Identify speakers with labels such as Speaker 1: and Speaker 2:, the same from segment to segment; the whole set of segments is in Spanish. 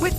Speaker 1: With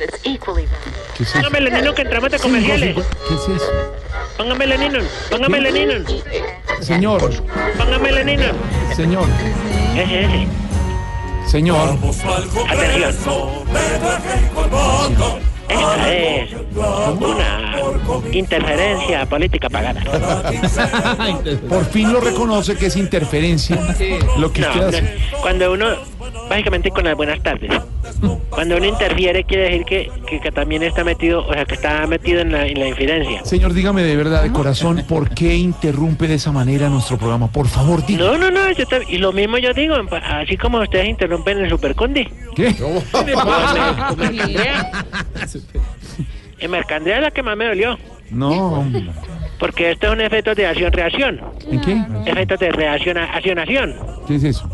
Speaker 2: It's equally
Speaker 3: Póngame el Lenino que entramos de comerciales.
Speaker 4: ¿Qué es eso?
Speaker 3: Póngame el Lenino. Póngame el Lenino.
Speaker 4: Señor,
Speaker 3: Póngame el Lenino.
Speaker 4: señor,
Speaker 3: Ese, ese.
Speaker 4: señor.
Speaker 3: Atención. Esta es una interferencia política pagada.
Speaker 4: Por fin lo reconoce que es interferencia lo que
Speaker 3: No,
Speaker 4: usted
Speaker 3: no.
Speaker 4: hace.
Speaker 3: Cuando uno, básicamente con las buenas tardes. Cuando uno interfiere quiere decir que, que, que también está metido, o sea, que está metido en la, en la infidencia.
Speaker 4: Señor, dígame de verdad, de corazón, ¿por qué interrumpe de esa manera nuestro programa? Por favor, dígame.
Speaker 3: No, no, no, yo te- y lo mismo yo digo, en pa- así como ustedes interrumpen el Superconde.
Speaker 4: ¿Qué?
Speaker 3: En Mercandrea es la que más me dolió,
Speaker 4: No, hombre.
Speaker 3: porque esto es un efecto de acción-reacción,
Speaker 4: ¿En qué?
Speaker 3: efecto de reacción a acción-acción.
Speaker 4: ¿Qué es eso?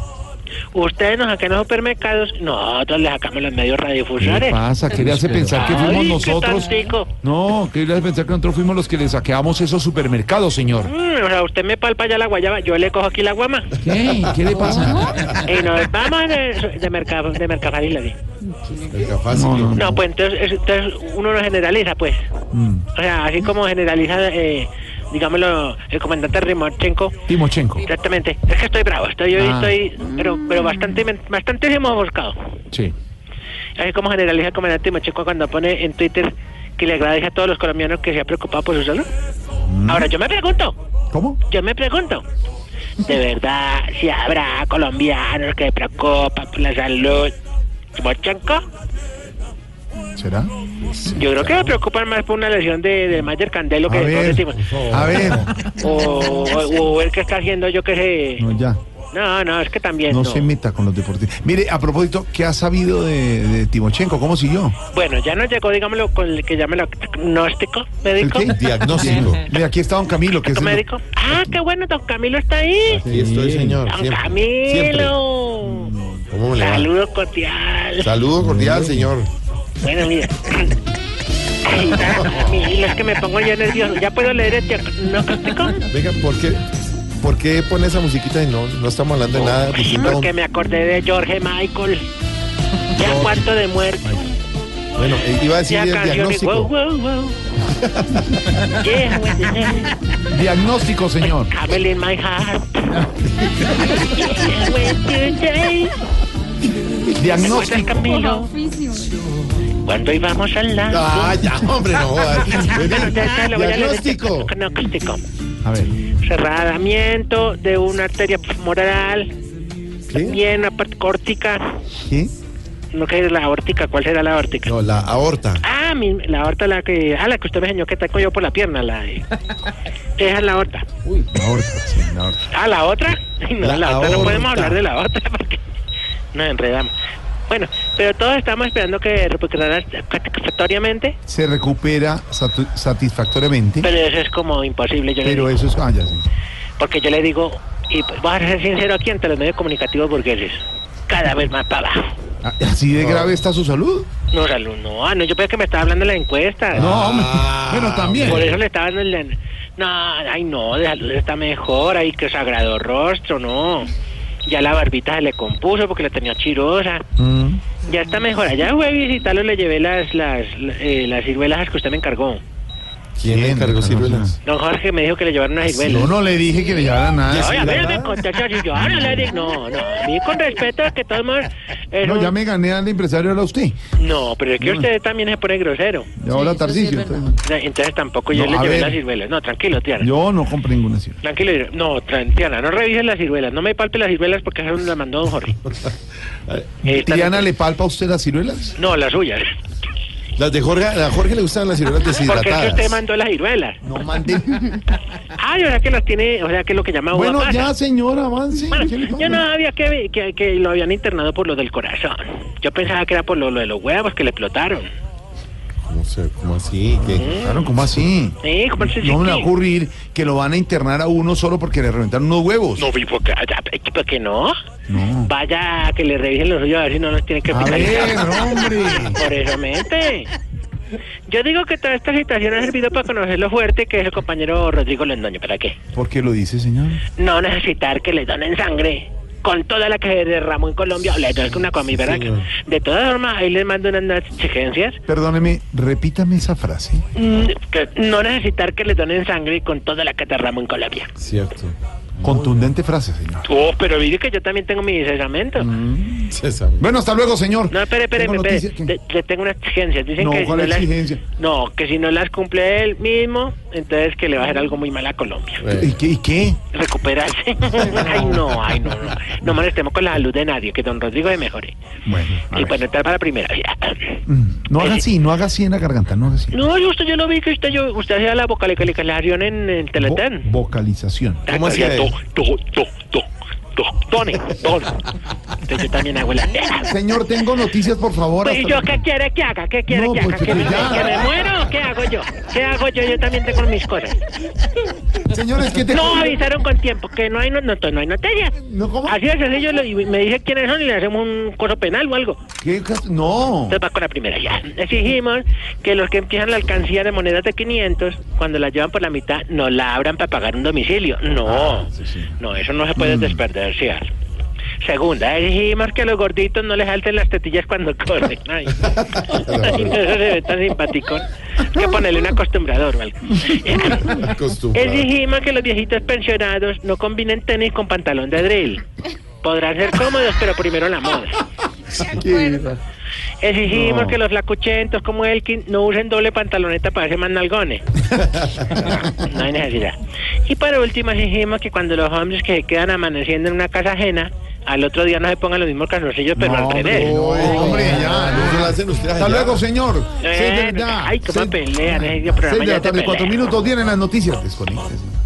Speaker 3: Ustedes nos sacan los supermercados, nosotros les sacamos los medios
Speaker 4: ¿Qué
Speaker 3: radiodifusores.
Speaker 4: pasa? ¿Qué le hace pensar que fuimos
Speaker 3: Ay, qué
Speaker 4: nosotros?
Speaker 3: tantico.
Speaker 4: No, ¿qué le hace pensar que nosotros fuimos los que le saqueamos esos supermercados, señor?
Speaker 3: Mm, o sea, usted me palpa ya la guayaba, yo le cojo aquí la guama.
Speaker 4: ¿Qué? ¿Qué le pasa?
Speaker 3: Y nos vamos de, de, mercado, de Mercafadilla, ¿sí?
Speaker 4: No, no, no.
Speaker 3: No, pues entonces, es- entonces uno no generaliza, pues.
Speaker 4: Mm.
Speaker 3: O sea, así como generaliza, eh, digámoslo, el comandante Rimochenko.
Speaker 4: Timochenko.
Speaker 3: Exactamente. Es que estoy bravo, estoy, hoy
Speaker 4: Ah.
Speaker 3: estoy, pero, pero bastante, bastante hemos buscado.
Speaker 4: Sí.
Speaker 3: Así como generaliza el comandante Timochenko cuando pone en Twitter que le agradece a todos los colombianos que se han preocupado por su salud. Ahora, yo me pregunto,
Speaker 4: ¿Cómo?
Speaker 3: yo me pregunto, ¿de verdad si habrá colombianos que se preocupan por la salud? Timochenko,
Speaker 4: ¿Será?
Speaker 3: yo creo que se preocupan más por una lesión de, de Mayer Candelo que
Speaker 5: A
Speaker 3: de todos
Speaker 5: ver,
Speaker 3: decimos.
Speaker 5: a ver.
Speaker 3: O, o- o el que está haciendo, yo que sé.
Speaker 5: No, ya.
Speaker 3: No, no, es que también.
Speaker 5: No
Speaker 3: no.
Speaker 5: se meta con los deportistas. Mire, a propósito, ¿qué ha sabido de, de Timochenko? ¿Cómo siguió?
Speaker 3: Bueno, ya nos llegó, digámoslo, con el que llame el diagnóstico
Speaker 5: ¿El
Speaker 3: médico.
Speaker 5: qué? Diagnóstico. Mira, aquí está don Camilo, que es el
Speaker 3: médico. Ah, qué bueno, don Camilo está ahí.
Speaker 6: Sí, estoy, señor.
Speaker 3: Don
Speaker 6: siempre.
Speaker 3: Camilo.
Speaker 6: ¿Cómo le va?
Speaker 3: Saludo cordial.
Speaker 6: Saludo cordial, señor.
Speaker 3: Bueno, mira. Ay, Camilo, es que me pongo yo nervioso. ¿Ya puedo leer este el diagnóstico?
Speaker 6: Venga, ¿por qué, ¿por qué pone esa musiquita y no, no estamos hablando de nada distinto? a un-
Speaker 3: Porque me acordé de George Michael. Ya cuarto de muerto.
Speaker 6: Bueno, eh, iba a decir
Speaker 3: Ya
Speaker 6: el
Speaker 3: canciones.
Speaker 6: diagnóstico.
Speaker 3: Wow, wow, wow. Yeah, what the hell?
Speaker 4: Diagnóstico, señor.
Speaker 3: Camel in my heart. Yeah, when today. ¿Te acuerdas,
Speaker 4: Diagnóstico.
Speaker 3: Camilo? Cuando íbamos al lado.
Speaker 6: Ah, ya, hombre, no. jodas.
Speaker 3: Bueno,
Speaker 6: Venga,
Speaker 3: ya, ya, lo voy a leer. este
Speaker 6: diagnóstico.
Speaker 3: Diagnóstico.
Speaker 4: A ver.
Speaker 3: Cerramiento de una arteria femoral.
Speaker 6: ¿Qué?
Speaker 3: Bien, una parte córtica.
Speaker 6: ¿Qué?
Speaker 3: No que es la aórtica. ¿Cuál será la aórtica?
Speaker 6: No, la aorta.
Speaker 3: Ah, mi, la aorta, la que. Ah, la que usted me enseñó que tengo yo por la pierna. La de. Esa es la aorta.
Speaker 5: La aorta, sí, la aorta.
Speaker 3: Ah, la otra. Ay, No,
Speaker 6: La
Speaker 3: la, otra no podemos
Speaker 6: aorta.
Speaker 3: hablar de la otra porque nos enredamos. Bueno, pero todos estamos esperando que recuperaras satisfactoriamente,
Speaker 5: Se recupera satu- satisfactoriamente,
Speaker 3: pero eso es como imposible, yo le
Speaker 5: pero
Speaker 3: digo.
Speaker 5: eso es. Ah, ya, sí.
Speaker 3: Porque yo le digo, y pues, voy a ser sincero aquí ante los medios comunicativos burgueses, cada vez más para abajo.
Speaker 5: Ah, ¿Así de grave está su salud?
Speaker 3: No, Salud, no, ah, no, yo pensé que me estaba hablando de la encuesta.
Speaker 4: No, hombre. Bueno, también.
Speaker 3: Ah. Por eso le estaba dando el... No, ay, no, de salud está mejor, ay, qué sagrado rostro, no. Ya la barbita se le compuso porque la tenía chirosa.
Speaker 5: Mm.
Speaker 3: Ya está mejor. Allá fue a visitarlo, le llevé las las eh, las ciruelas que usted me encargó.
Speaker 6: ¿Quién le encargó
Speaker 5: Bien,
Speaker 6: ciruelas?
Speaker 3: Don Jorge me dijo que le llevaron unas
Speaker 5: Yo
Speaker 3: ciruelas.
Speaker 5: no le dije que le llevara nada.
Speaker 3: Ay, a ver, me
Speaker 6: ¿verdad?
Speaker 3: contestó así, yo ahora le digo, no, no, a mí con respeto que todo el mundo es
Speaker 5: No,
Speaker 3: un-
Speaker 5: ya me gané al empresario, era usted.
Speaker 3: No, pero es que usted también se pone grosero.
Speaker 5: Y ahora Tarcisio. entonces-
Speaker 3: Entonces tampoco yo
Speaker 5: No,
Speaker 3: le
Speaker 5: a
Speaker 3: llevé
Speaker 5: ver.
Speaker 3: las ciruelas. No, tranquilo, Tiana.
Speaker 5: Yo no compré ninguna ciruela.
Speaker 3: Tranquilo, no, tran- Tiana, no revisen las ciruelas, no me palpe las ciruelas porque esas las mandó Don Jorge. Eh, están-
Speaker 5: ¿Tiana le palpa a usted las ciruelas?
Speaker 3: No, las suyas.
Speaker 6: Las de Jorge, a Jorge le gustan las ciruelas
Speaker 3: Porque este es que
Speaker 6: deshidratadas.
Speaker 3: usted mandó las ciruelas.
Speaker 6: No manden.
Speaker 3: Ay, o sea que las tiene, o sea que es lo que llama uva
Speaker 6: bueno,
Speaker 3: pasa.
Speaker 6: ya, señora, avance.
Speaker 3: Bueno,
Speaker 6: ¿Qué le pasa?
Speaker 3: yo no sabía que, que, que lo habían internado por lo del corazón. Yo pensaba que era por lo, lo de los huevos que le explotaron.
Speaker 6: No sé, ¿cómo así? ¿Qué?
Speaker 4: Claro, ¿cómo así?
Speaker 3: Sí, Eh, ¿cómo se
Speaker 4: No me va a ocurrir que lo van a internar a uno solo porque le reventaron unos huevos.
Speaker 3: No, vi por qué, ya, ¿por qué no?
Speaker 4: No.
Speaker 3: Vaya a que le revisen los suyos a ver si no nos tienen que
Speaker 4: A ver,
Speaker 3: hospitalizar.
Speaker 4: hombre.
Speaker 3: Por eso mente. Yo digo que toda esta situación ha servido para conocer lo fuerte que es el compañero Rodrigo Londoño. ¿Para qué?
Speaker 4: ¿Por qué lo dice, señor?
Speaker 3: No necesitar que le donen sangre. Con toda la que se derramó en Colombia, le doy una con mi ¿verdad?
Speaker 6: señor.
Speaker 3: De todas formas, ahí les mando unas nuevas exigencias.
Speaker 4: Perdóneme, repítame esa frase.
Speaker 3: Mm, que no necesitar que le donen sangre con toda la que derramo en Colombia.
Speaker 6: Cierto.
Speaker 4: Contundente frase, señor.
Speaker 3: Oh, pero mire que yo también tengo mi cesamento.
Speaker 6: César.
Speaker 4: Bueno, hasta luego, señor.
Speaker 3: No, espere, espere,
Speaker 4: Tengo
Speaker 3: espere.
Speaker 4: noticia que-
Speaker 3: Le, le tengo unas exigencias. Dicen
Speaker 4: No,
Speaker 3: que si
Speaker 4: ¿cuál
Speaker 3: las-
Speaker 4: exigencia?
Speaker 3: no, que si no las cumple él mismo, entonces que le va a hacer algo muy mal a Colombia.
Speaker 4: ¿Y
Speaker 6: Eh,
Speaker 4: qué? ¿Y qué?
Speaker 3: Recuperarse. ay, no, ay, no, no. No molestemos con la salud de nadie, que don Rodrigo se mejore.
Speaker 4: Bueno, a
Speaker 3: Y pues, eh,
Speaker 4: ver. Mm,
Speaker 3: bueno, entrar para primera.
Speaker 4: No haga así, no haga así en la garganta, no haga así.
Speaker 3: No, yo- usted yo lo vi que usted, yo, usted hacía la vocalización en, en
Speaker 4: Vo-
Speaker 3: Teletón.
Speaker 4: vocalización.
Speaker 6: ¿Cómo
Speaker 3: Hacía
Speaker 6: hacía
Speaker 3: do,
Speaker 6: él?
Speaker 3: do, do, do, do, done, don. Entonces yo también hago la tela.
Speaker 4: Señor, tengo noticias, por favor.
Speaker 3: Pues, ¿y
Speaker 4: hasta
Speaker 3: yo
Speaker 4: la-
Speaker 3: qué quiere que haga? ¿Qué quiere
Speaker 4: No,
Speaker 3: que haga?
Speaker 4: pues,
Speaker 3: ¿Que, me,
Speaker 4: ya.
Speaker 3: que me muero o qué hago yo? ¿Qué hago yo? Yo también tengo mis cosas.
Speaker 4: Señores, ¿qué te...
Speaker 3: No avisaron con tiempo que no hay, no, no, no hay noticias.
Speaker 4: No, ¿cómo?
Speaker 3: Así es, sencillo, lo- y me dice quiénes son y le hacemos un coso penal o algo.
Speaker 4: ¿Qué cas- No.
Speaker 3: Entonces va con la primera ya. Exigimos que los que empiezan la alcancía de monedas de 500, cuando la llevan por la mitad, no la abran para pagar un domicilio. No,
Speaker 4: Ah, sí, sí. Mm.
Speaker 3: no, eso no se puede desperdiciar. Segunda, exigimos que a los gorditos no les salten las tetillas cuando corren. Ay, ay, no, eso se ve tan simpático. Hay que ponerle un acostumbrador o algo.
Speaker 6: acostumbrado.
Speaker 3: Exigimos que los viejitos pensionados no combinen tenis con pantalón de drill. Podrán ser cómodos, pero primero la moda. Exigimos que los flacuchentos como Elkin no usen doble pantaloneta para hacer más nalgones. No hay necesidad. Y para último exigimos que cuando los hombres que se quedan amaneciendo en una casa ajena, al otro día no se pongan los mismos calzoncillos, pero
Speaker 4: No,
Speaker 3: al revés.
Speaker 4: hombre,
Speaker 6: Oye,
Speaker 4: Hombre, ya,
Speaker 6: No se la hacen ustedes
Speaker 4: Hasta
Speaker 6: allá.
Speaker 4: luego, señor.
Speaker 3: Bueno,
Speaker 4: Seis de la-
Speaker 3: Eh, ay, cómo
Speaker 4: seis-
Speaker 3: pelean, eh, ese programa
Speaker 4: seis de
Speaker 3: ya
Speaker 4: la
Speaker 3: se
Speaker 4: tarde, cuatro
Speaker 3: pelea.
Speaker 4: minutos, tienen las noticias. Desconectes.